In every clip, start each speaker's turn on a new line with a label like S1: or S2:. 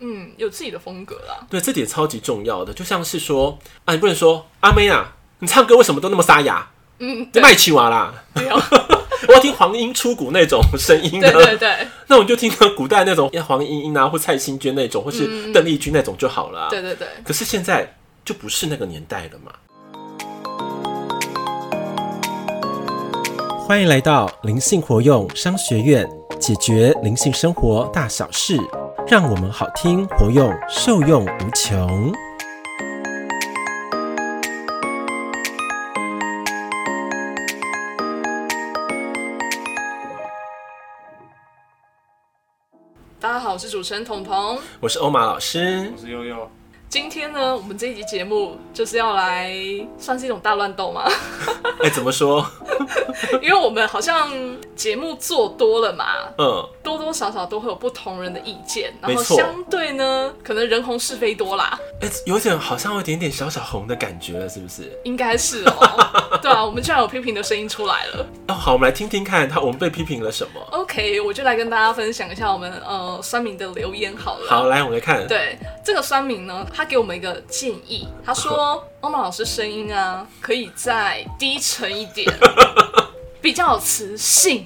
S1: 嗯，有自己的风格啦。
S2: 对，这点超级重要的，就像是说啊，你不能说阿妹啊，你唱歌为什么都那么沙哑？
S1: 嗯，
S2: 你
S1: 对
S2: 卖气娃啦！
S1: 对哦
S2: 我要听黄莺出谷那种声 音
S1: 对
S2: 的，
S1: 对对
S2: 那我就听个古代那种黄莺莺啊，或蔡幸娟那种，或是邓丽君那种就好了啊、
S1: 嗯对对对，
S2: 可是现在就不是那个年代了嘛。欢迎来到灵性活用商学院，解决灵性生活大小事，让我们好听活用，受用无穷。
S1: 大家好，我是主持人彤彤。
S2: 我是欧玛老师
S3: 我，是悠悠，
S1: 今天呢，我们这一集节目就是要来算是一种大乱斗嘛，
S2: 哎、怎么说？
S1: 因为我们好像节目做多了嘛，
S2: 嗯，
S1: 多多少少都会有不同人的意见，然
S2: 没
S1: 后
S2: 错
S1: 相对呢，可能人红是非多啦，
S2: 哎、有点好像有点点小小红的感觉了，是不是？
S1: 应该是哦。 对啊，我们居然有批评的声音出来了。
S2: 哦，好，我们来听听看他我们被批评了什么。
S1: OK，我就来跟大家分享一下我们呃酸民的留言好了。
S2: 好，来我们来看。
S1: 对这个酸民呢，他给我们一个建议，他说欧玛老师声音啊，可以再低沉一 点，比较有磁性。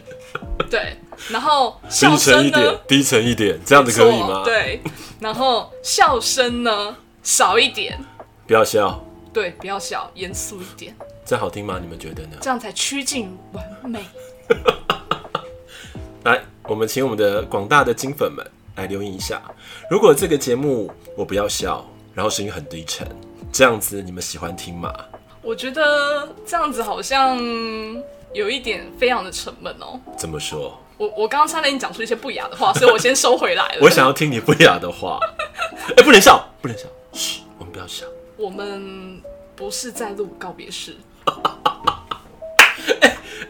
S1: 对，然后笑声呢，，
S2: 低沉一点，这样子可以吗？
S1: 错，对，然后笑声呢少一点，
S2: 不要笑，
S1: 对，不要笑，严肃一点，
S2: 这样好听吗？你们觉得呢？
S1: 这样才趋近完美。
S2: 来，我们请我们的广大的金粉们来留言一下，如果这个节目我不要笑，然后声音很低沉，这样子你们喜欢听吗？
S1: 我觉得这样子好像有一点非常的沉闷哦。
S2: 怎么说？
S1: 我我刚刚差点讲出一些不雅的话，所以我先收回来了。
S2: 我想要听你不雅 的话。哎、不能笑，不能笑，嘘，我们不要笑。
S1: 我们不是在录告别式，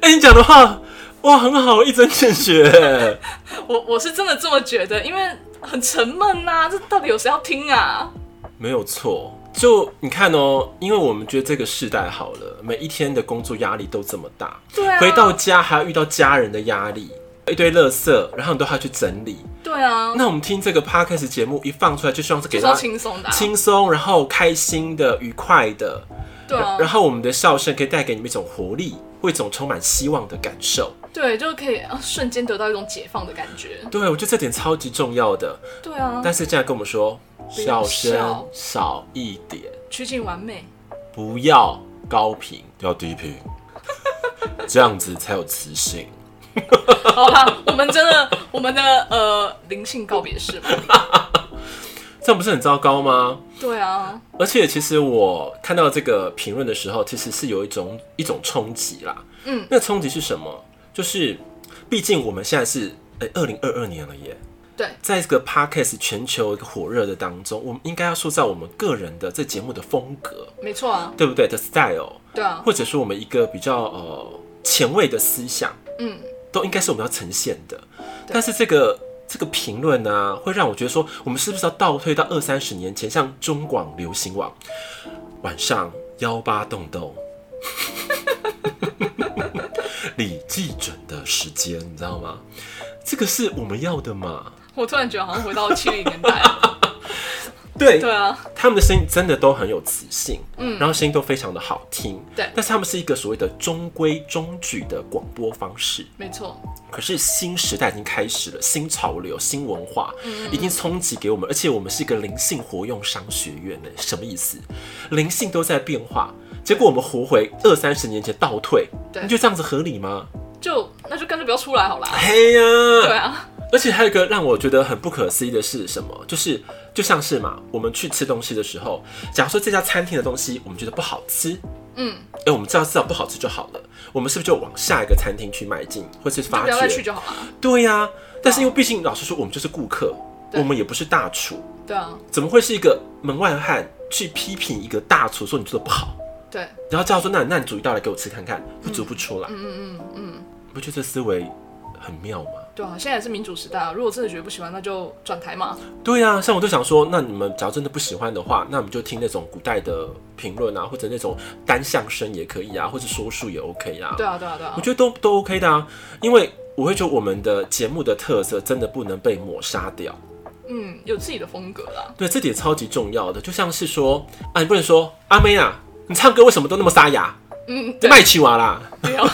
S2: 哎、你讲的话，哇，很好，一针见血。
S1: 我我是真的这么觉得，因为很沉闷呐、这到底有谁要听啊？
S2: 没有错，就你看哦，因为我们觉得这个世代好了，每一天的工作压力都这么大，
S1: 对啊，
S2: 回到家还要遇到家人的压力，一堆垃圾，然后你都还要去整理。
S1: 对啊，
S2: 那我们听这个 podcast 节目一放出来，就希望是
S1: 就
S2: 给
S1: 是要
S2: 大家
S1: 轻松的、啊，
S2: 轻松，然后开心的、愉快的，
S1: 对啊，
S2: 然后我们的笑声可以带给你们一种活力，或一种充满希望的感受。
S1: 对，就可以啊瞬间得到一种解放的感觉。
S2: 对，我觉得这点超级重要的。
S1: 对啊，
S2: 但是这样跟我们说，
S1: 要
S2: 笑
S1: 笑
S2: 声少一点，
S1: 趋近完美。
S2: 不要高频，要低 频，这样子才有磁性。
S1: 好啦，我们真的， 我们的呃灵性告别式嘛。
S2: 这样不是很糟糕吗？
S1: 对啊，
S2: 而且其实我看到这个评论的时候，其实是有一种一种冲击啦。
S1: 嗯，
S2: 那冲击是什么？就是毕竟我们现在是呃二零二二年了耶。
S1: 对
S2: 在这个 podcast 全球火热的当中，我们应该要塑造我们个人的这节目的风格，
S1: 没错啊，
S2: 对不对？的 style，
S1: 对啊，
S2: 或者说我们一个比较呃前卫的思想，
S1: 嗯，
S2: 都应该是我们要呈现的。但是这个这个评论呢，会让我觉得说，我们是不是要倒退到二三十年前，像中广流行网晚上幺八洞洞，李济准的时间，你知道吗？这个是我们要的嘛？
S1: 我突然觉得好像回到七零年代。
S2: 对，
S1: 对啊，
S2: 他们的声音真的都很有磁性，
S1: 嗯
S2: 然后声音都非常的好听，
S1: 对
S2: 但是他们是一个所谓的中规中矩的广播方式，
S1: 没错，
S2: 可是新时代已经开始了，新潮流、新文化
S1: 嗯
S2: 已经冲击给我们，而且我们是一个灵性活用商学院呢，什么意思？灵性都在变化，结果我们活回二三十年前倒退，
S1: 对哎
S2: 你觉得这样子合理吗？
S1: 就那就干脆不要出来好啦。
S2: 嘿呀、
S1: 对啊，
S2: 而且还有一个让我觉得很不可思议的是什么？就是就像是嘛，我们去吃东西的时候，假如说这家餐厅的东西我们觉得不好吃，
S1: 嗯，
S2: 哎、我们知道知道不好吃就好了，我们是不是就往下一个餐厅去迈进，或是
S1: 就
S2: 发
S1: 不要再去
S2: 掘？
S1: 就好啦。
S2: 对呀、但是因为毕竟老实说，我们就是顾客，
S1: 啊对
S2: 我们也不是大厨，
S1: 对啊，
S2: 怎么会是一个门外汉去批评一个大厨说你做的不好？
S1: 对，
S2: 然后叫他说那你那你煮一道来给我吃看看，不煮不出来，
S1: 嗯嗯嗯，
S2: 你不觉得这思维很妙吗？
S1: 对啊，现在也是民主时代啊，如果真的觉得不喜欢，那就转台嘛。
S2: 对呀、像我就想说，那你们假如真的不喜欢的话，那我们就听那种古代的评论啊，或者那种单相声也可以啊，或者说书也 OK 啊。
S1: 对啊，对啊，对啊
S2: 我，觉得都都 OK 的啊，因为我会觉得我们的节目的特色真的不能被抹杀掉。
S1: 嗯，有自己的风格啦。
S2: 对，这点超级重要的，就像是说啊，你不能说阿妹啊，你唱歌为什么都那么沙哑？
S1: 嗯，
S2: 你
S1: 对，
S2: 卖气娃啦！
S1: 不要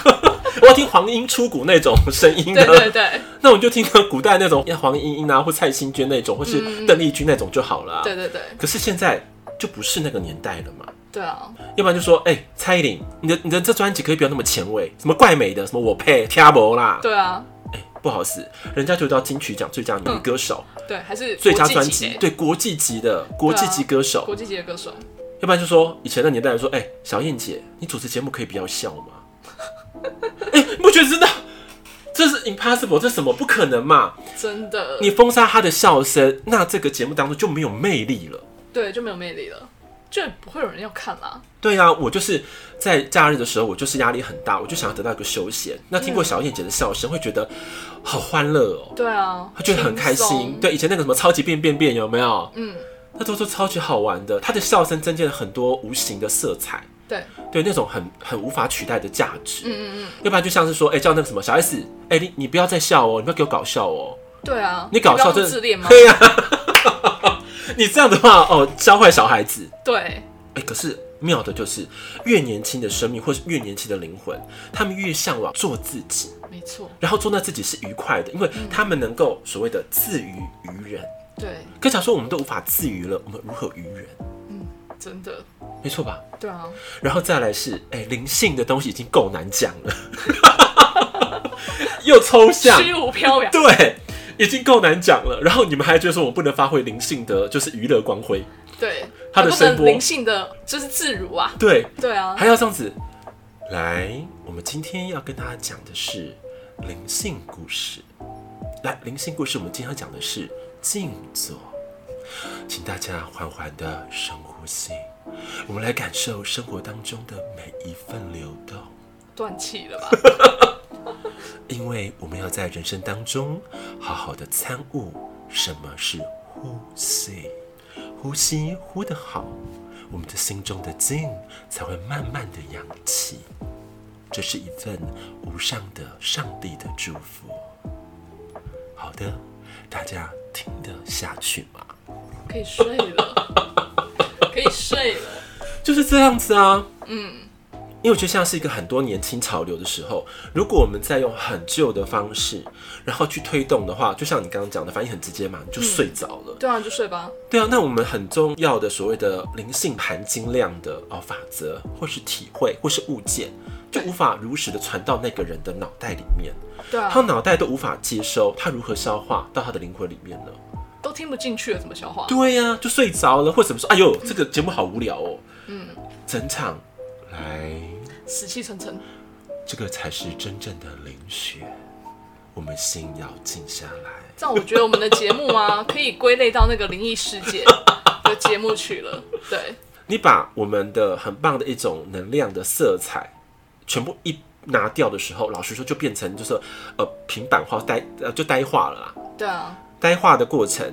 S2: 我要听黄莺出谷那种声音
S1: 对对
S2: 的，
S1: 对
S2: 那我就听到古代那种黄莺莺啊，或蔡幸娟那种，或是邓丽君那种就好了啊。
S1: 嗯对对对
S2: 可是现在就不是那个年代了嘛，
S1: 对啊，
S2: 要不然就说，哎、蔡依林，你的你的这专辑可以不要那么前卫，什么怪美的，什么我配 t a b o 啦，
S1: 对啊，
S2: 不好意思，人家就叫金曲奖最佳女歌手、
S1: 对，还是
S2: 最佳
S1: 国
S2: 专
S1: 际级
S2: 辑，
S1: 的啊
S2: 对国际级的国际级歌手，
S1: 国际级的歌手，
S2: 要不然就说以前的年代说，哎、小燕姐，你主持节目可以不要笑吗？ 哎、你不觉得真的？这是 impossible，这什么不可能嘛？
S1: 真的，
S2: 你封杀她的笑声，那这个节目当中就没有魅力了。
S1: 对就没有魅力了，就不会有人要看啦。
S2: 对啊，我就是在假日的时候，我就是压力很大，我就想要得到一个休闲。那听过小燕姐的笑声，会觉得好欢乐哦，
S1: 对啊，
S2: 她觉得很开
S1: 轻
S2: 心。
S1: 松，
S2: 对，以前那个什么超级变变变有没有？
S1: 嗯，
S2: 那都是超级好玩的。她的笑声增添了很多无形的色彩，
S1: 对，
S2: 对那种很很无法取代的价值。
S1: 嗯嗯嗯，
S2: 要不然就像是说，哎、叫那个什么小 S，哎、你你不要再笑哦，你不要给我搞笑哦，
S1: 对啊，
S2: 你搞笑
S1: 不要那
S2: 真
S1: 么
S2: 的
S1: 自恋吗？
S2: 对呀、 你这样的话哦，教坏小孩子。
S1: 对，
S2: 哎、可是妙的就是，越年轻的生命或是越年轻的灵魂，他们越向往做自己，
S1: 没错，
S2: 然后做那自己是愉快的，因
S1: 嗯
S2: 为他们能够所谓的自娱于人。
S1: 对，
S2: 可以讲说我们都无法自娱了，我们如何娱人？
S1: 真的，
S2: 没错吧？
S1: 对啊，
S2: 然后再来是，哎、灵性的东西已经够难讲了， 又抽象，
S1: 虚无缥缈，
S2: 对，已经够难讲了。然后你们还觉得说我不能发挥灵性的，就是娱乐光辉，
S1: 对，
S2: 他的
S1: 不
S2: 声
S1: 能
S2: 波
S1: 灵性的就是自如啊，
S2: 对，
S1: 对啊，
S2: 还要这样子。来，我们今天要跟大家讲的是灵性故事。来，灵性故事，我们今天要讲的是静坐，请大家缓缓的深呼吸，我们来感受生活当中的每一份流动。
S1: 断气了吧？
S2: 因为我们要在人生当中好好的参悟什么是呼吸，呼吸呼得好，我们的心中的静才会慢慢的扬起。这是一份无上的上帝的祝福。好的，大家听得下去吗？
S1: 可以睡了， 可以睡了，
S2: 就是这样子啊。嗯，因为我觉得像是一个很多年轻潮流的时候，如果我们再用很旧的方式，然后去推动的话，就像你刚刚讲的，反应很直接嘛，你就睡着了。
S1: 对啊，就睡吧，
S2: 对啊，那我们很重要的所谓的灵性含金量的哦法则，或是体会，或是物件，就无法如实的传到那个人的脑袋里面，
S1: 对啊
S2: 他，脑袋都无法接收，他如何消化到他的灵魂里面呢？
S1: 都听不进去了，怎么消化？
S2: 对呀、就睡着了，或怎么说？哎呦，这个节目好无聊哦。嗯，整场来。
S1: 死气沉沉，
S2: 这个才是真正的灵学。我们心要静下来。
S1: 这样我觉得我们的节目啊， 可以归类到那个灵异事件的节目去了，对，
S2: 你把我们的很棒的一种能量的色彩，全部一拿掉的时候，老实说就变成就是呃平板化呆呃就呆化了啦。
S1: 对啊，
S2: 呆化的过程，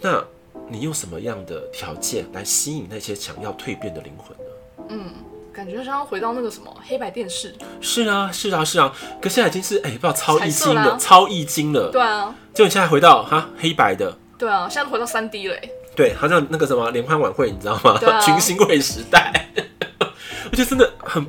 S2: 那你用什么样的条件来吸引那些想要蜕变的灵魂呢？
S1: 感觉像回到那个什么黑白电视，
S2: 是啊，是啊，是啊。可现在已经是哎、不知道超
S1: 彩
S2: 易
S1: 色
S2: 经
S1: 啦
S2: 了，超易经了。
S1: 对啊，
S2: 就你现在回到哈黑白的，
S1: 对啊，现在都回到三 D 嘞、
S2: 对，好像那个什么联欢晚会，你知道吗？
S1: 对啊
S2: 群星会时代， 我觉得真的很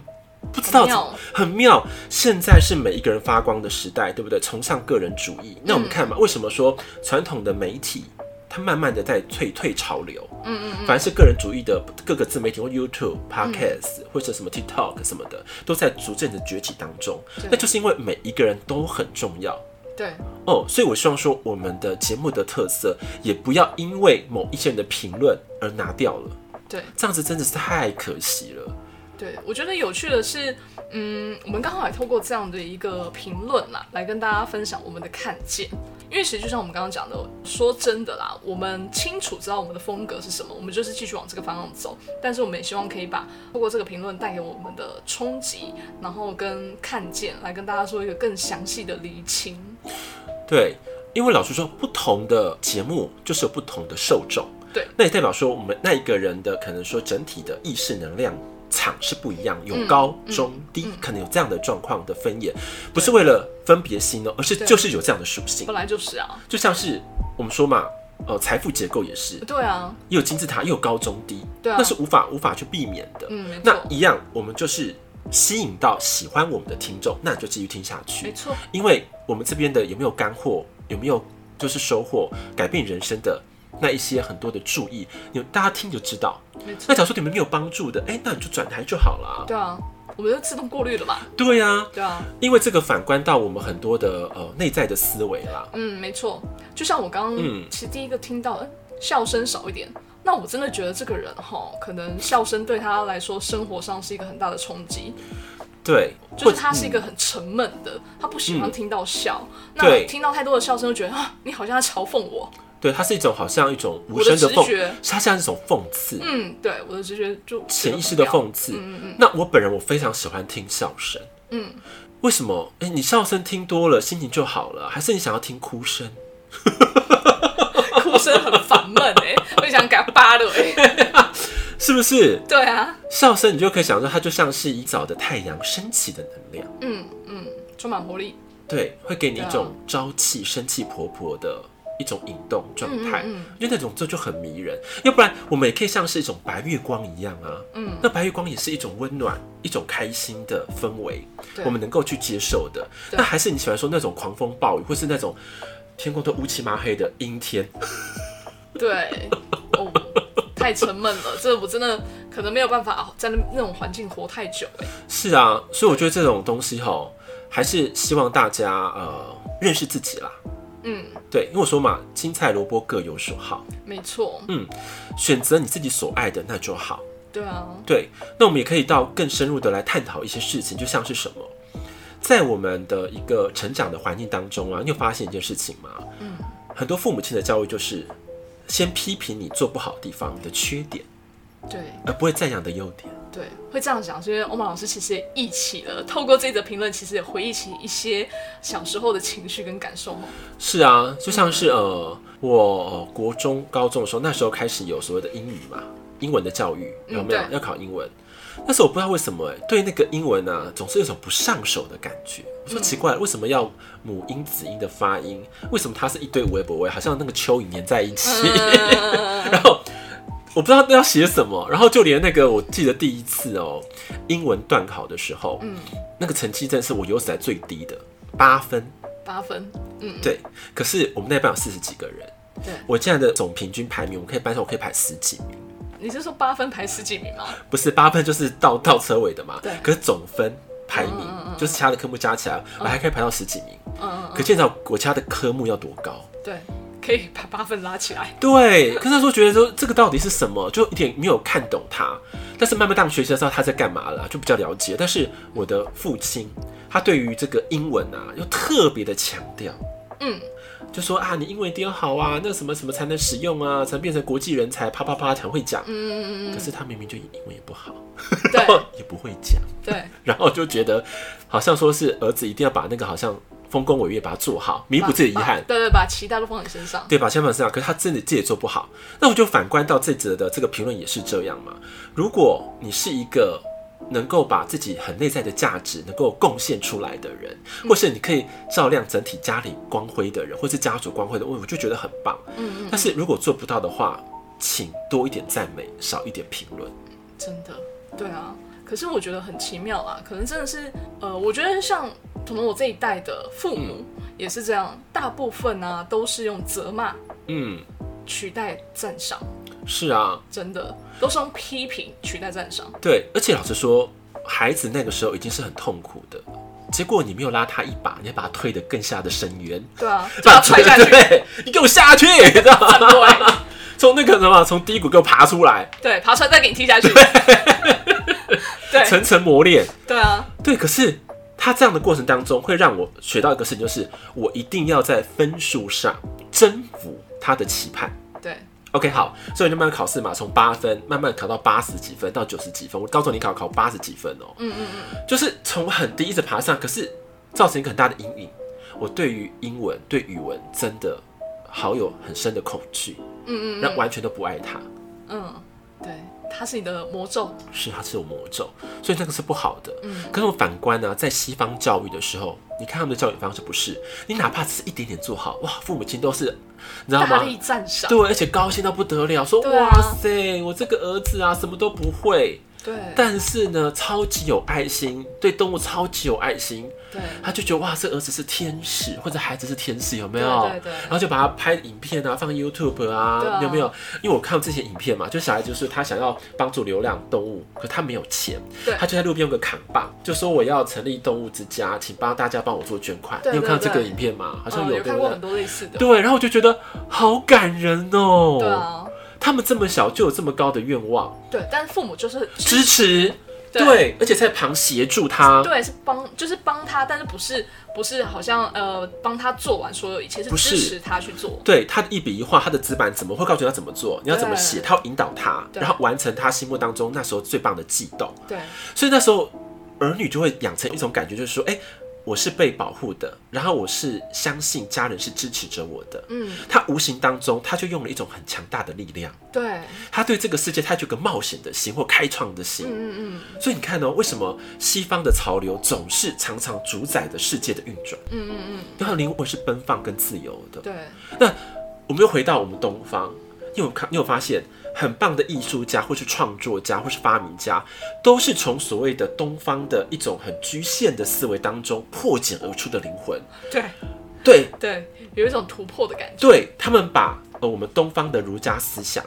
S2: 不知道
S1: 很妙
S2: 很妙。现在是每一个人发光的时代，对不对？崇尚个人主义。那我们看嘛，为什么说传统的媒体它慢慢的在退退潮流？嗯嗯反正是个人主义的各个自媒体，或 YouTube、Podcast、或者什么 TikTok 什么的，都在逐渐的崛起当中。
S1: 对
S2: 那就是因为每一个人都很重要。
S1: 对，
S2: 哦，所以我希望说，我们的节目的特色也不要因为某一些人的评论而拿掉了，
S1: 对，
S2: 这样子真的是太可惜了。
S1: 对，我觉得有趣的是，嗯，我们刚好也透过这样的一个评论啦，来跟大家分享我们的看见。因为其实就像我们刚刚讲的，说真的啦，我们清楚知道我们的风格是什么，我们就是继续往这个方向走。但是我们也希望可以把透过这个评论带给我们的冲击，然后跟看见，来跟大家做一个更详细的厘清。
S2: 对，因为老实说，不同的节目就是有不同的受众，
S1: 对，
S2: 那也代表说我们那一个人的可能说整体的意识能量场是不一样，有高
S1: 嗯
S2: 中低，可能有这样的状况的分野，不是为了分别心哦，而是
S1: 对
S2: 就是有这样的属性
S1: 本。来就是啊，
S2: 就像是我们说嘛，呃财富结构也是，
S1: 对啊，
S2: 也有金字塔，也有高中低，
S1: 对啊
S2: 那是无法无法去避免的。
S1: 嗯没错
S2: 那一样，我们就是吸引到喜欢我们的听众，那你就继续听下
S1: 没
S2: 去，
S1: 错，
S2: 因为我们这边的有没有干货，有没有就是收获改变人生的那一些很多的注意，你大家听就知道。
S1: 没错
S2: 那，假如说对你们没有帮助的，哎、那你就转台就好了。
S1: 对啊，我们就自动过滤了嘛，
S2: 对呀、
S1: 对啊，
S2: 因为这个反观到我们很多的呃内在的思维啦，
S1: 嗯，没错，就像我刚刚
S2: 嗯
S1: 其实第一个听到，哎笑声少一点。那我真的觉得这个人哈，可能笑声对他来说生活上是一个很大的冲击，
S2: 对，
S1: 就
S2: 或嗯
S1: 是
S2: 者
S1: 他是一个很沉闷的，他不喜欢
S2: 嗯
S1: 听到笑。
S2: 对
S1: 那听到太多的笑声，就觉得啊，你好像在嘲讽我。
S2: 对，它是一种好像一种无
S1: 我的
S2: 声
S1: 直
S2: 的讽，
S1: 觉，
S2: 它像一种讽刺，
S1: 嗯，对，我的直觉就
S2: 潜意 识的
S1: 这个
S2: 讽刺。
S1: 嗯嗯
S2: 那我本人我非常喜欢听笑声，
S1: 嗯，
S2: 为什么？哎、你笑声听多了，心情就好了，还是你想要听哭声？
S1: 嗯，哭声很烦闷哎、我就想给他扒了哎、
S2: 是不是
S1: 对啊，
S2: 笑声？你就可以想说，它就像是一早的太阳升起的能量，
S1: 嗯嗯，充满活力，
S2: 对，会给你一
S1: 对啊
S2: 种朝气、生气勃勃的一种引动状态。
S1: 嗯嗯
S2: 因为那种这就很迷人，要不然我们也可以像是一种白月光一样啊。
S1: 嗯，
S2: 那白月光也是一种温暖、一种开心的氛围，
S1: 对
S2: 我们能够去接受的。
S1: 对
S2: 那还是你喜欢说那种狂风暴雨，或是那种天空都乌漆麻黑的阴天？
S1: 对，哦，太沉闷了，这我真的可能没有办法哦在那那种环境活太久哎、
S2: 是啊，所以我觉得这种东西吼，还是希望大家呃认识自己啦。
S1: 嗯，
S2: 对，因为我说嘛，青菜萝卜各有所好，
S1: 没错，
S2: 选择你自己所爱的那就好。
S1: 对啊，
S2: 对，那我们也可以到更深入的来探讨一些事情，就像是什么，在我们的一个成长的环境当中啊，你有发现一件事情吗？嗯，很多父母亲的教育就是先批评你做不好的地方、你的缺点，
S1: 对
S2: 而不会赞扬你的优点。
S1: 对，会这样想，是因为欧曼老师其实也忆起了，透过这一则评论，其实也回忆起一些小时候的情绪跟感受 哦。
S2: 是啊，就像是呃，我呃国中、高中的时候，那时候开始有所谓的英语嘛，英文的教育有没有、
S1: 嗯对
S2: 要考英文？那时候我不知道为什么、欸，对那个英文啊，总是有种不上手的感觉。
S1: 嗯
S2: 我说奇怪，为什么要母音、子音的发音？为什么它是一堆微博微，好像那个蚯蚓粘在一起？
S1: 嗯
S2: 然后我不知道要写什么，然后就连那个我记得第一次哦、英文段考的时候，嗯，那个成绩真的是我有史以来最低的八分。
S1: 八分，嗯，
S2: 对，可是我们那班有四十几个人，
S1: 对
S2: 我现在的总平均排名，我们可以班上我可以排十几名，
S1: 你是说八分排十几名吗？
S2: 不是八分就是倒倒车尾的嘛。
S1: 对
S2: 可是总分排名、
S1: 嗯嗯嗯嗯
S2: 就是其他的科目加起来，我还可以排到十几名。
S1: 嗯，
S2: 可见到我其他的科目要多高？
S1: 对，可以把八分拉起 来。
S2: 对，可是那时候觉得说这个到底是什么，就一点没有看懂它。但是慢慢当学习的时候，他在干嘛了，就比较了解。但是我的父亲，他对于这个英文啊，又特别的强调，
S1: 嗯，
S2: 就说啊，你英文一定要好啊，那什么什么才能使用啊，才能变成国际人才，啪啪啪，很会讲。
S1: 嗯嗯嗯
S2: 可是他明明就英文也不好，
S1: 嗯，对
S2: 也不会讲，
S1: 对，
S2: 然后就觉得好像说是儿子一定要把那个好像丰功伟业把它做好，弥补自己的遗
S1: 把
S2: 憾
S1: 把。对对，把期待都放在你身上。
S2: 对吧？相反是这样，可是他真的自己也做不好。那我就反观到这则的这个评论也是这样嘛。如果你是一个能够把自己很内在的价值能够贡献出来的人，或是你可以照亮整体家里光辉的人，或是家族光辉的，我我就觉得很棒。嗯嗯。但是如果做不到的话，请多一点赞美，少一点评论。
S1: 真的，对啊。可是我觉得很奇妙啊，可能真的是，呃，我觉得像可能我这一代的父母也是这样，大部分呢、啊、都是用责骂
S2: 嗯，
S1: 取代赞赏，
S2: 是啊，
S1: 真的都是用批评取代赞赏。
S2: 对。而且老实说，孩子那个时候已经是很痛苦的，结果你没有拉他一把，你还把他推得更下的深渊。
S1: 对啊，就要踹下去，
S2: 对，你给我下去，你知道
S1: 反
S2: 吗？
S1: 过来，
S2: 从那个什么，从低谷给我爬出来，
S1: 对，爬出来再给你踢下去。对，
S2: 层层磨练。
S1: 对啊，
S2: 对，可是他这样的过程当中，会让我学到一个事情，就是我一定要在分数上征服他的期盼。
S1: 对，
S2: OK，好，所以我就慢慢考试嘛，从八分慢慢考到八十几分，到九十几分。我高中你考考八十几分哦、
S1: 嗯嗯嗯，
S2: 就是从很低一直爬上，可是造成一个很大的阴影。我对于英文、对语文真的好有很深的恐惧，
S1: 嗯嗯
S2: 那完全都不爱它。
S1: 嗯，对，它是你的魔咒。
S2: 是它是有魔咒，所以那个是不好的。
S1: 嗯
S2: 可是我反观呢、在西方教育的时候，你看他们的教育方式不是，你哪怕只是一点点做好，哇，父母亲都是，你知道
S1: 大
S2: 吗？
S1: 力赞赏，
S2: 对，而且高兴到不得了，说、
S1: 对啊
S2: 哇塞，我这个儿子啊，什么都不会，
S1: 对
S2: 但是呢，超级有爱心，对动物超级有爱心，
S1: 对
S2: 他就觉得哇，这儿子是天使，或者孩子是天使，有没有？
S1: 对对对
S2: 然后就把他拍影片啊，放 YouTube 啊，
S1: 对啊
S2: 有没有？因为我看过这些影片嘛，就小孩就是他想要帮助流浪动物，可他没有钱，
S1: 对
S2: 他就在路边有个扛棒，就说我要成立动物之家，请帮大家帮我做捐款。
S1: 对
S2: 你有看到
S1: 对
S2: 这个
S1: 对
S2: 影片吗？好
S1: 好
S2: 像
S1: 嗯有
S2: 对
S1: 看
S2: 不
S1: 过
S2: 对
S1: 很？多类似的，
S2: 对，然后我就觉得好感人哦、
S1: 对啊，
S2: 他们这么小就有这么高的愿望，
S1: 对，但是父母就是
S2: 支持，
S1: 对
S2: 对，而且在旁协助他，
S1: 对是帮，就是帮他，但是不是不是好像呃帮他做完所有一切，是
S2: 不是
S1: 支持他去做，
S2: 对他的一笔一画，他的纸板怎么会告诉他怎么做？你要怎么写？
S1: 对
S2: 他要引导他，
S1: 对
S2: 然后完成他心目当中那时候最棒的悸动。
S1: 对
S2: 所以那时候儿女就会养成一种感觉，就是说，哎、我是被保护的，然后我是相信家人是支持着我的。
S1: 嗯
S2: 他无形当中，他就用了一种很强大的力量，
S1: 对，
S2: 他对这个世界，他就有个冒险的心或开创的心。
S1: 嗯嗯嗯
S2: 所以你看哦，为什么西方的潮流总是常常主宰着世界的运转？
S1: 嗯嗯嗯，
S2: 然后灵魂是奔放跟自由的。
S1: 对
S2: 我们又回到我们东方，你有看，你有发现很棒的艺术家，或是创作家，或是发明家，都是从所谓的东方的一种很局限的思维当中破茧而出的灵魂。
S1: 对
S2: 对
S1: 对，有一种突破的感觉，
S2: 对，他们把呃我们东方的儒家思想。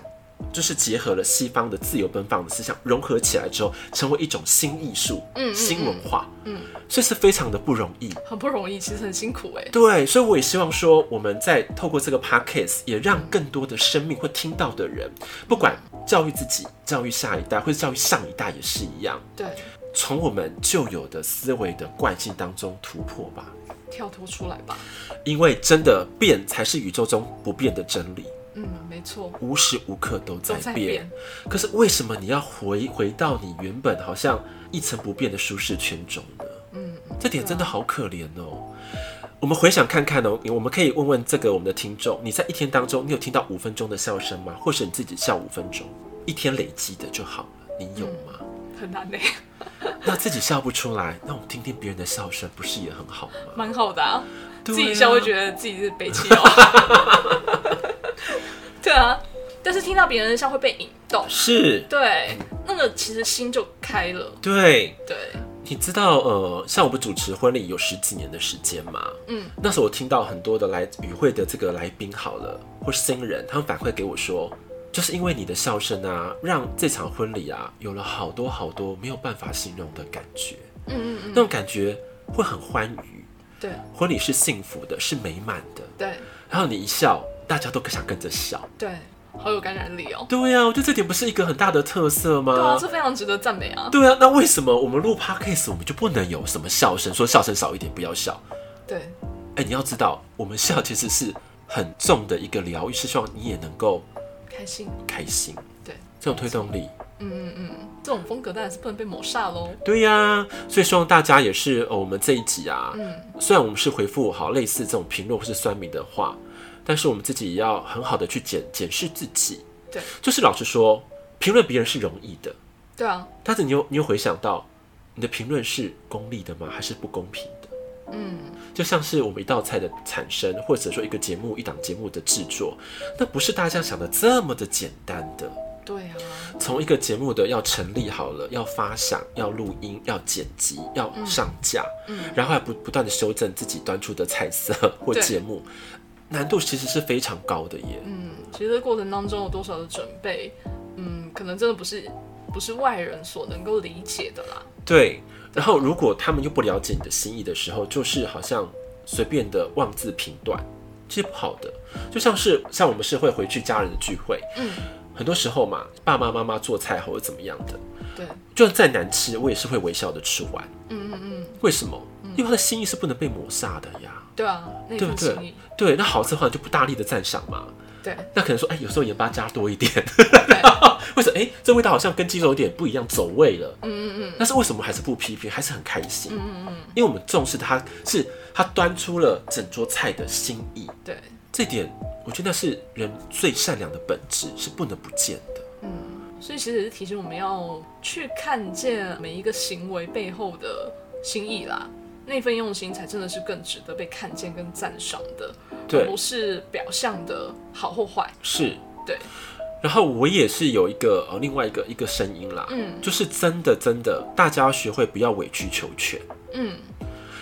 S2: 就是结合了西方的自由奔放的思想，融合起来之后，成为一种新艺术、
S1: 嗯嗯
S2: 新文化，
S1: 嗯，
S2: 所以是非常的不容易。
S1: 很不容易，其实很辛苦哎，
S2: 对，所以我也希望说，我们在透过这个 podcast，也让更多的生命或听到的人，不管教育自己、教育下一代，或者教育上一代也是一样，
S1: 对，
S2: 从我们旧有的思维的惯性当中突破吧。
S1: 跳脱出来吧，
S2: 因为真的变才是宇宙中不变的真理，
S1: 嗯，没错，
S2: 无时无刻都在
S1: 都在
S2: 变
S1: 变。，
S2: 可是为什么你要回回到你原本好像一成不变的舒适圈中呢？
S1: 嗯，啊
S2: 这点真的好可怜哦。我们回想看看哦，我们可以问问这个我们的听众，你在一天当中，你有听到五分钟的笑声吗？或者你自己笑五分钟，一天累积的就好了，你有吗？
S1: 很难哎，
S2: 那自己笑不出来，那我们听听别人的笑声，不是也 很好吗？
S1: 蛮好的啊。
S2: 对啊
S1: 自己笑会觉得自己是北齐哦。 对啊，但是听到别人的笑会被引动，
S2: 是，
S1: 对，那个其实心就开了，
S2: 对。
S1: 对，
S2: 你知道，呃，像我们主持婚礼有十几年的时间嘛，
S1: 嗯，
S2: 那时候我听到很多的来与会的这个来宾好了，或是新人，他们反馈给我说，就是因为你的笑声啊，让这场婚礼啊有了好多好多没有办法形容的感觉，
S1: 嗯嗯嗯，
S2: 那种感觉会很欢愉，
S1: 对
S2: 婚礼是幸福的，是美满的，
S1: 对
S2: 然后你一笑，大家都想跟着笑。
S1: 对，好有感染力哦。
S2: 对呀、啊，我觉得这点不是一个很大的特色吗？
S1: 对啊，这非常值得赞美啊。
S2: 对啊，那为什么我们录 podcast 我们就不能有什么笑声？说笑声少一点，不要笑。
S1: 对
S2: 哎、你要知道，我们笑其实是很重的一个疗愈，是希望你也能够
S1: 开心，
S2: 开心，
S1: 对，
S2: 这种推动力。
S1: 嗯嗯嗯，这种风格当然是不能被抹煞喽。
S2: 对呀、所以希望大家也是，呃，我们这一集啊，
S1: 嗯，
S2: 虽然我们是回复好类似这种评论或是酸民的话，但是我们自己也要很好的去检检视自己。
S1: 对，
S2: 就是老实说，评论别人是容易的，
S1: 对啊，
S2: 但是你有你有回想到，你的评论是功利的吗？还是不公平的？
S1: 嗯，
S2: 就像是我们一道菜的产生，或者说一个节目、一档节目的制作，那不是大家想的这么的简单的。
S1: 对啊，
S2: 从一个节目的要成立好了，要发想，要录音，要剪辑，要上架，
S1: 嗯
S2: 然后还不不断的修正自己端出的菜色或
S1: 对
S2: 节目，难度其实是非常高的耶。
S1: 嗯，其实这过程当中有多少的准备，嗯，可能真的不是不是外人所能够理解的啦。
S2: 对，然后如果他们又不了解你的心意的时候，就是好像随便的妄自评断，这是不好的。就像是像我们是会回去家人的聚会，
S1: 嗯，
S2: 很多时候嘛，爸爸妈妈做菜或者怎么样的，
S1: 对，
S2: 就算再难吃，我也是会微笑的吃完。
S1: 嗯嗯嗯，
S2: 为什么？因为他的心意是不能被抹杀的呀，
S1: 对啊，那
S2: 对不
S1: 份
S2: 对
S1: 心意，？
S2: 对，那好吃的话你就不大力的赞赏嘛。
S1: 对
S2: 那可能说，哎、有时候盐巴加多一点，
S1: 对，
S2: 为什么？哎、这味道好像跟鸡肉有点不一样，走味了。
S1: 嗯嗯嗯
S2: 但是为什么还是不批评，还是很开心？
S1: 嗯嗯，
S2: 因为我们重视它，是它端出了整桌菜的心意，
S1: 对，
S2: 这点我觉得那是人最善良的本质，是不能不见的。
S1: 嗯，所以其实是提醒我们要去看见每一个行为背后的心意啦，那份用心才真的是更值得被看见跟赞赏的，
S2: 对
S1: 而不是表象的好或坏。
S2: 是。
S1: 对，
S2: 然后我也是有一个呃另外一个一个声音啦，
S1: 嗯
S2: 就是真的真的，大家要学会不要委曲求全，
S1: 嗯，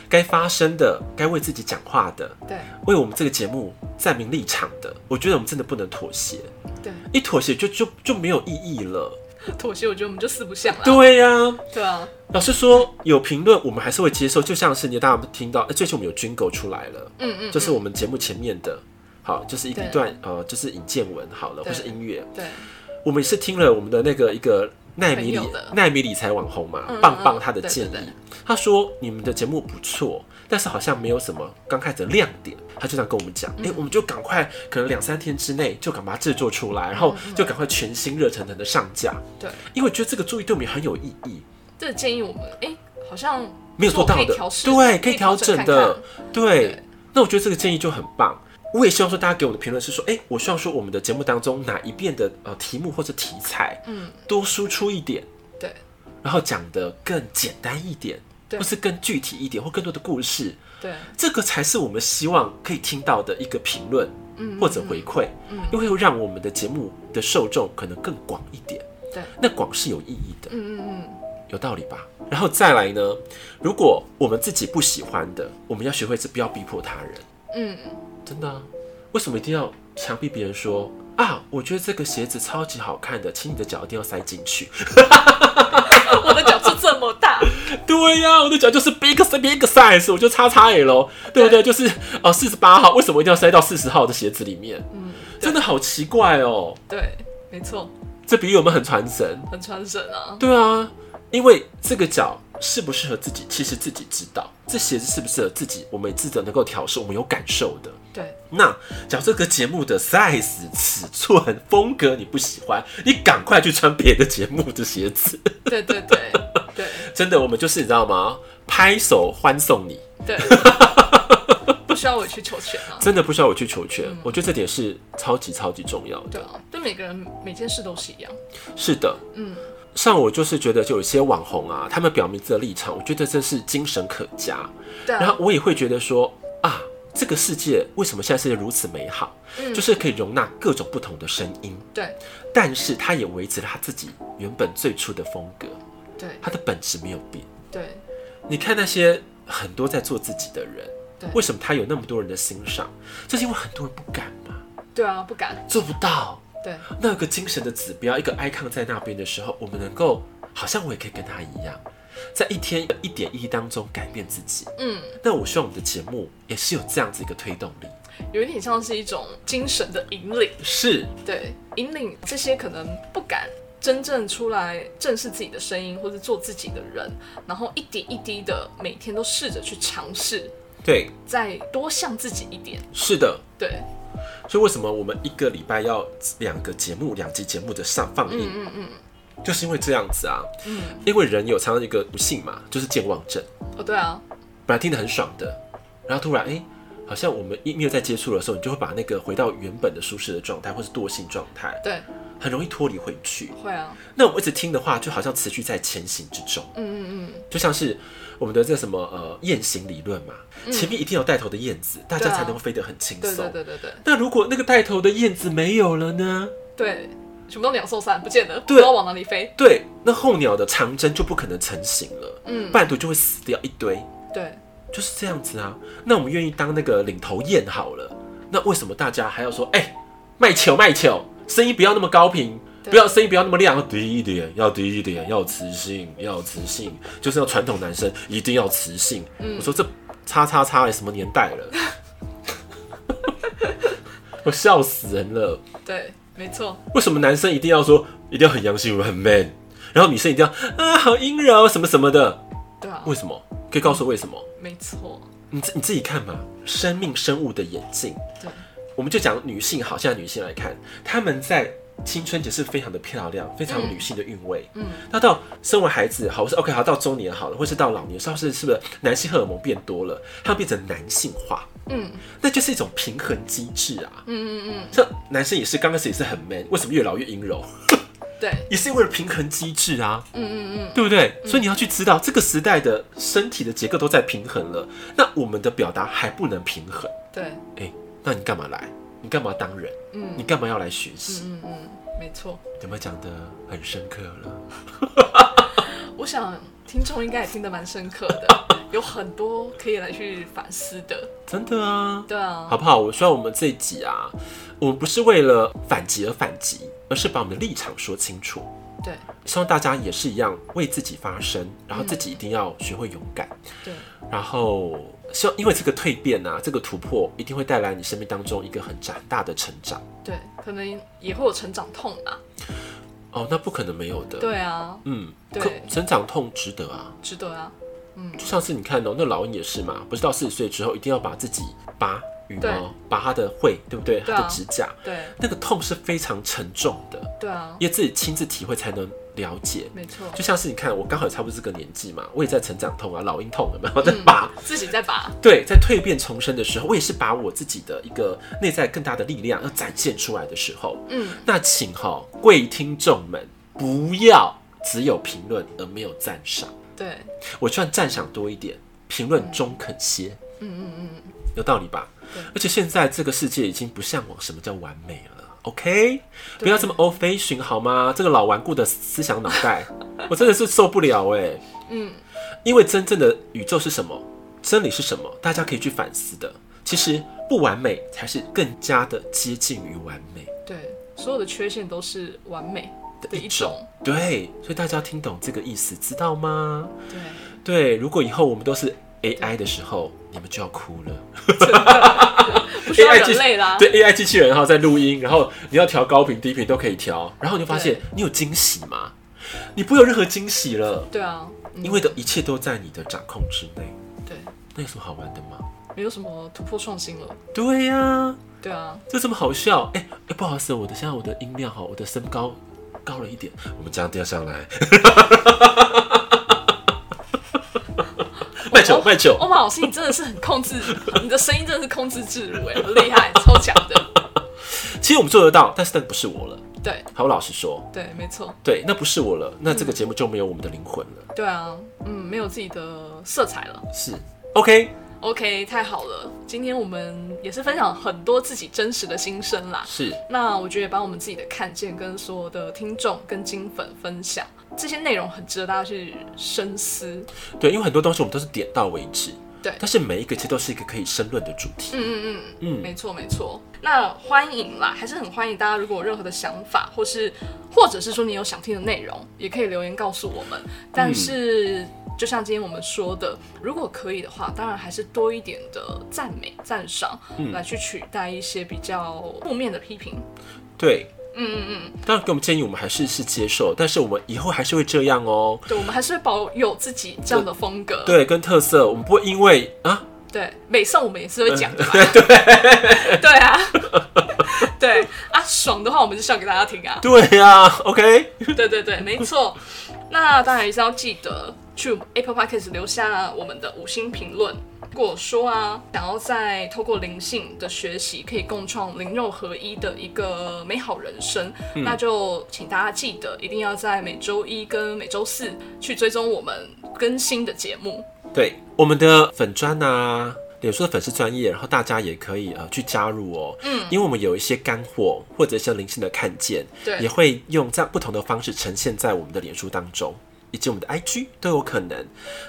S2: 该发声的，该为自己讲话的，
S1: 对
S2: 为我们这个节目站明立场的，我觉得我们真的不能妥协，
S1: 对，
S2: 一妥协就就就没有意义了。
S1: 妥协我觉得我们就四不像了。
S2: 对呀、
S1: 对啊，
S2: 老实说，有评论我们还是会接受，就像是你大家有没有听到，哎、最近我们有军狗出来了，
S1: 嗯嗯，
S2: 就是我们节目前面的，好，就是一
S1: 对
S2: 一段呃，就是引荐文好了，
S1: 对
S2: 或是音乐，
S1: 嗯对
S2: 我们也是听了我们的那个一个奈米理
S1: 朋友的
S2: 奈米理财网红嘛，
S1: 嗯嗯
S2: 棒棒他的建议，
S1: 对对对
S2: 他说你们的节目不错，但是好像没有什么刚开始的亮点，他就这样跟我们
S1: 嗯
S2: 讲，哎、我们就赶快，可能两三天之内就赶把它制作出来，然后
S1: 嗯
S2: 就赶快全新热腾腾的上架，
S1: 对，
S2: 因为我觉得这个注意对我们也很有意义。
S1: 这个建议我们哎、好像
S2: 没有做到
S1: 可以
S2: 的
S1: 调，试
S2: 对，可以调整
S1: 看
S2: 的
S1: 看，
S2: 对
S1: 对。
S2: 那我觉得这个建议就很棒。我也希望说大家给我的评论是说，哎、我希望说我们的节目当中哪一遍的呃题目或者题材，
S1: 嗯，
S2: 多输出一点，
S1: 对
S2: 然后讲的更简单一点，
S1: 对
S2: 或是更具体一点，或更多的故事，
S1: 对
S2: 这个才是我们希望可以听到的一个评论，
S1: 嗯
S2: 或者回馈，
S1: 嗯
S2: 因为会让我们的节目的受众可能更广一点，
S1: 对，
S2: 那广是有意义的。
S1: 嗯嗯嗯，
S2: 有道理吧？然后再来呢，如果我们自己不喜欢的，我们要学会是不要逼迫他人，
S1: 嗯，
S2: 真的、啊。为什么一定要强逼别人说啊？我觉得这个鞋子超级好看的，请你的脚一定要塞进去。
S1: 我的脚就这么大，
S2: 对呀、我的脚就是 big size big size，我就叉叉 L，对不对？就是哦，四十八号，为什么一定要塞到四十号的鞋子里面？
S1: 嗯，
S2: 真的好奇怪哦。
S1: 对，没错，
S2: 这比喻我们很传神。
S1: 很传神啊，
S2: 对啊，因为这个脚适不适合自己，其实自己知道；这鞋子适不适合自己，我们自己能够调试，我们有感受的。
S1: 对
S2: 那讲这个节目的 size、尺寸、风格你不喜欢，你赶快去穿别的节目的鞋子。
S1: 对对对对
S2: 真的，我们就是你知道吗？拍手欢送你，
S1: 对， 不需要委曲求全啊，
S2: 真的不需要我去求全。
S1: 嗯
S2: 我觉得这点是超级超级重要
S1: 对
S2: 的。
S1: 啊，对每个人每件事都是一样，
S2: 是的，
S1: 嗯，
S2: 像我就是觉得，就有些网红啊，他们表明自己的立场，我觉得真是精神可嘉。
S1: 对
S2: 然后
S1: 啊，
S2: 我也会觉得说啊，这个世界为什么现在世界如此美好？
S1: 嗯
S2: 就是可以容纳各种不同的声音，
S1: 对
S2: 但是它也维持了它自己原本最初的风格，
S1: 对
S2: 它的本质没有变。
S1: 对
S2: 你看那些很多在做自己的人，
S1: 对
S2: 为什么他有那么多人的欣赏？就是因为很多人不敢嘛，
S1: 对啊，不敢，
S2: 做不到。
S1: 对
S2: 那有个精神的指标，一个 icon 在那边的时候，我们能够好像我也可以跟他一样，在一天一点一滴当中改变自己。
S1: 嗯，
S2: 那我希望我们的节目也是有这样子一个推动力。
S1: 有一点像是一种精神的引领。
S2: 是，
S1: 对，引领这些可能不敢真正出来正视自己的声音或者做自己的人，然后一点一滴的每天都试着去尝试，
S2: 对，
S1: 再多向自己一点。
S2: 是的。
S1: 对，
S2: 所以为什么我们一个礼拜要两个节目、两集节目的上放映？
S1: 嗯嗯
S2: 就是因为这样子啊。
S1: 嗯，
S2: 因为人有常常一个不幸嘛，就是健忘症。
S1: 哦对啊，
S2: 本来听得很爽的，然后突然哎、诶好像我们一没有在接触的时候，你就会把那个回到原本的舒适的状态，或是惰性状态，
S1: 对，
S2: 很容易脱离回去。
S1: 会啊，
S2: 那我们一直听的话，就好像持续在前行之中。
S1: 嗯嗯
S2: 就像是我们的这什么呃雁行理论嘛，前面一定有带头的燕子，大家
S1: 嗯对啊
S2: 才能够飞得很轻
S1: 嗯，对对
S2: 松。
S1: 对对对
S2: 那如果那个带头的燕子没有了呢？
S1: 对，全部都两兽散，不见了，不
S2: 对
S1: 知道往哪里飞。
S2: 对，那候鸟的长征就不可能成型了，
S1: 嗯
S2: 半途就会死掉一堆，
S1: 对
S2: 就是这样子啊。那我们愿意当那个领头雁好了，那为什么大家还要说，哎、卖球卖球，声音不要那么高频，
S1: 对
S2: 不要声音不要那么亮，要低一点，要低一点，要磁性，要磁性，就是要传统男生一定要磁性。我说这叉叉叉哎什么年代了， 我笑死人了。
S1: 对，没错，
S2: 为什么男生一定要说一定要很阳性很 man，然后女生一定要啊好阴柔什么什么的？
S1: 对啊，
S2: 为什么？可以告诉我为什么？
S1: 没错，
S2: 你自你自己看嘛，生命生物的演进，
S1: 对
S2: 我们就讲女性好，现在女性来看，她们在青春期是非常的漂亮，非常有女性的韵味。嗯，那到生完孩子好，或是 OK 好，到中年好了，或是到老年，是不是是不是男性荷尔蒙变多了，它变成男性化？
S1: 嗯，
S2: 那就是一种平衡机制啊。
S1: 嗯嗯嗯，
S2: 这男生也是刚开始也是很 man，为什么越老越阴柔？
S1: 对，
S2: 也是因为了平衡机制啊，
S1: 嗯嗯嗯，
S2: 对不对？所以你要去知道这个时代的身体的结构都在平衡了，那我们的表达还不能平衡，
S1: 对，
S2: 哎，那你干嘛来？你干嘛当人？
S1: 嗯
S2: 你干嘛要来学习？
S1: 嗯嗯，没错。
S2: 有没有讲的很深刻了？
S1: 我想听众应该也听得蛮深刻 的，有很多可以来去反思的。
S2: 真的啊，
S1: 对啊，
S2: 好不好？我希望我们这一集啊，我们不是为了反击而反击，而是把我们的立场说清楚。
S1: 对
S2: 希望大家也是一样为自己发声，然后自己一定要学会勇敢，
S1: 对，
S2: 然后希望因为这个蜕变啊，这个突破一定会带来你生命当中一个很长大的成长。
S1: 对，可能也会有成长痛啊。
S2: 哦，那不可能没有的。，
S1: 对啊，
S2: 嗯，
S1: 对
S2: 可成长痛值得啊。
S1: 值得啊。
S2: 就上次你看哦，那老鹰也是嘛，不是到四十岁之后一定要把自己拔羽
S1: 对
S2: 毛，拔它的喙，对不对？
S1: 对
S2: 它
S1: 啊
S2: 的指甲，
S1: 对
S2: 那个痛是非常沉重的，
S1: 对啊，
S2: 因为自己亲自体会才能了解。
S1: 没错。
S2: 就像是你看，我刚好也差不多这个年纪嘛，我也在成长痛啊，老鹰痛有没
S1: 嗯
S2: 有在拔？
S1: 自己在拔，
S2: 对，在蜕变重生的时候，我也是把我自己的一个内在更大的力量要展现出来的时候，
S1: 嗯，
S2: 那请哈，各位听众们不要只有评论而没有赞赏，
S1: 对，
S2: 我希望赞赏多一点，评论中肯些，
S1: 嗯嗯嗯，
S2: 有道理吧
S1: 对？
S2: 而且现在这个世界已经不向往什么叫完美了。OK，
S1: 对
S2: 不要这么 old fashion 好吗？这个老顽固的思想脑袋， 我真的是受不了哎、
S1: 嗯，
S2: 因为真正的宇宙是什么，真理是什么，大家可以去反思的。其实不完美才是更加的接近于完美
S1: 对，所有的缺陷都是完美的
S2: 的
S1: 一
S2: 一种
S1: 种。。
S2: 对，所以大家要听懂这个意思，知道吗？
S1: 对，
S2: 对，如果以后我们都是 AI 的时候，你们就要哭了。
S1: 不需要
S2: AI 机
S1: 人类啦。
S2: 对 AI 机器人哈，在录音，然后你要调高频、低频都可以调，然后你就发现
S1: 对
S2: 你有惊喜吗？你不会有任何惊喜了，
S1: 对啊，嗯
S2: 因为的一切都在你的掌控之内。
S1: 对，
S2: 那有什么好玩的吗？
S1: 没有什么突破创新了。
S2: 对呀、
S1: 对啊，
S2: 这这么好笑？哎、哎不好意思，我的现在我的音量哈，我的身高高了一点，我们这样调上 来。卖酒卖酒，
S1: 欧马老师，你真的是很控制，你的声音真的是控制自如，哎，很厉害，超强的。
S2: 其实我们做得到，但是那个不是我了。
S1: 对
S2: 好，我老实说，
S1: 对，没错，
S2: 对，那不是我了，那这个节目就没有我们的灵魂了。
S1: 对啊，嗯，没有自己的色彩了。
S2: 是，OK，
S1: OK，太好了，今天我们也是分享很多自己真实的心声啦。
S2: 是
S1: 那我觉得也把我们自己的看见跟所有的听众跟金粉分享，这些内容很值得大家去深思。
S2: 对，因为很多东西我们都是点到为止，
S1: 对
S2: 但是每一个其实都是一个可以申论的主题。
S1: 嗯嗯嗯，
S2: 嗯
S1: 没错没错。那欢迎啦，还是很欢迎大家，如果有任何的想法，或是或者是说你有想听的内容，也可以留言告诉我们。但是、就像今天我们说的，如果可以的话，当然还是多一点的赞美赞赏，来去取代一些比较负面的批评。
S2: 对，
S1: 嗯嗯嗯，
S2: 当然给我们建议，我们还是是接受，但是我们以后还是会这样哦。
S1: 对，我们还是会保有自己这样的风格。
S2: 对，跟特色，我们不会因为啊，
S1: 对，美颂我们也是会讲的嘛。 对对啊，对啊，爽的话我们就笑给大家听啊。
S2: 对呀、o k
S1: 对对对，没错。那当然也是要记得去 Apple Podcast 留下我们的五星评论。如果说啊，想要再透过灵性的学习，可以共创灵肉合一的一个美好人生，那就请大家记得一定要在每周一跟每周四去追踪我们更新的节目。
S2: 对，我们的粉砖啊。脸书的粉丝专业，然后大家也可以呃去加入哦，嗯，因为我们有一些干货或者一些灵性的看见，
S1: 对
S2: 也会用这样不同的方式呈现在我们的脸书当中，以及我们的 IG 都有可能。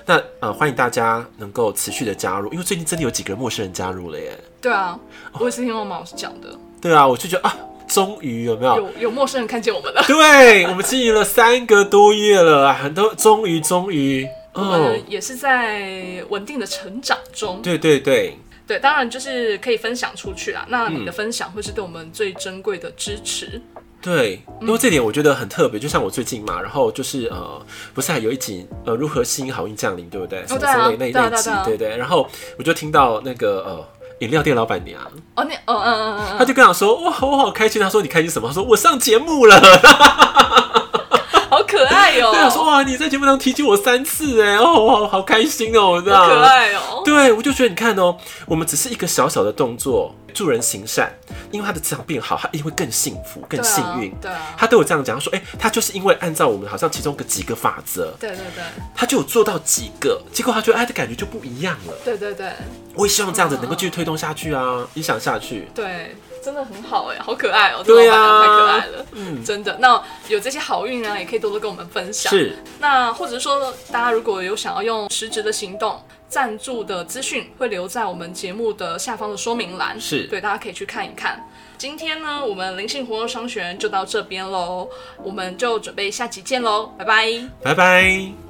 S2: 那呃，欢迎大家能够持续的加入，因为最近真的有几个陌生人加入了耶。
S1: 对啊，我也是听欧毛老师讲的，
S2: 对啊，我就觉得啊，终于有没有？
S1: 有有陌生人看见我们了，
S2: 对我们经营了三个多月了啊，很多终于终于
S1: 我
S2: 哦
S1: 们，也是在稳定的成长中。
S2: 对对对，
S1: 对，当然就是可以分享出去啦。那
S2: 嗯
S1: 你的分享会是对我们最珍贵的支持。
S2: 对，因为这点我觉得很特别，就像我最近嘛，然后就是呃，不是还有一集呃，如何吸引好运降临，对不对？什么
S1: 对啊
S2: 之类那
S1: 对啊
S2: 那一集
S1: 对啊，对
S2: 对对。然后我就听到那个呃，饮料店老板娘，
S1: 哦，那哦嗯嗯嗯
S2: 她就跟我说，哇，我好开心。她说你开心什么？她说我上节目了。
S1: 嗯，好可爱爱哦，
S2: 对啊，说哇，你在节目上提起我三次哎，哦，好好开心哦，这样
S1: 好可爱哦。
S2: 对，啊我就觉得你看哦，我们只是一个小小的动作，助人行善，因为他的磁场变好，他一定会更幸福、更幸运。
S1: 对啊，
S2: 他都有这样讲，他说：“哎、他就是因为按照我们好像其中个几个法则，
S1: 对对对
S2: 他就有做到几个，结果他觉得哎的感觉就不一样了。
S1: 对对对”
S2: 我也希望这样子能够继续推动下去啊，影响下去。
S1: 对，真的很好哎，好可爱哦，
S2: 对
S1: 这
S2: 啊
S1: 老板娘太可爱了，嗯，真的。那有这些好运啊，也可以多多跟我们分享。
S2: 是，
S1: 那或者说，大家如果有想要用实质的行动赞助的资讯，会留在我们节目的下方的说明栏，
S2: 是
S1: 对，大家可以去看一看。今天呢，我们灵性活动商学院就到这边喽，我们就准备下集见喽，拜拜。
S2: 拜拜。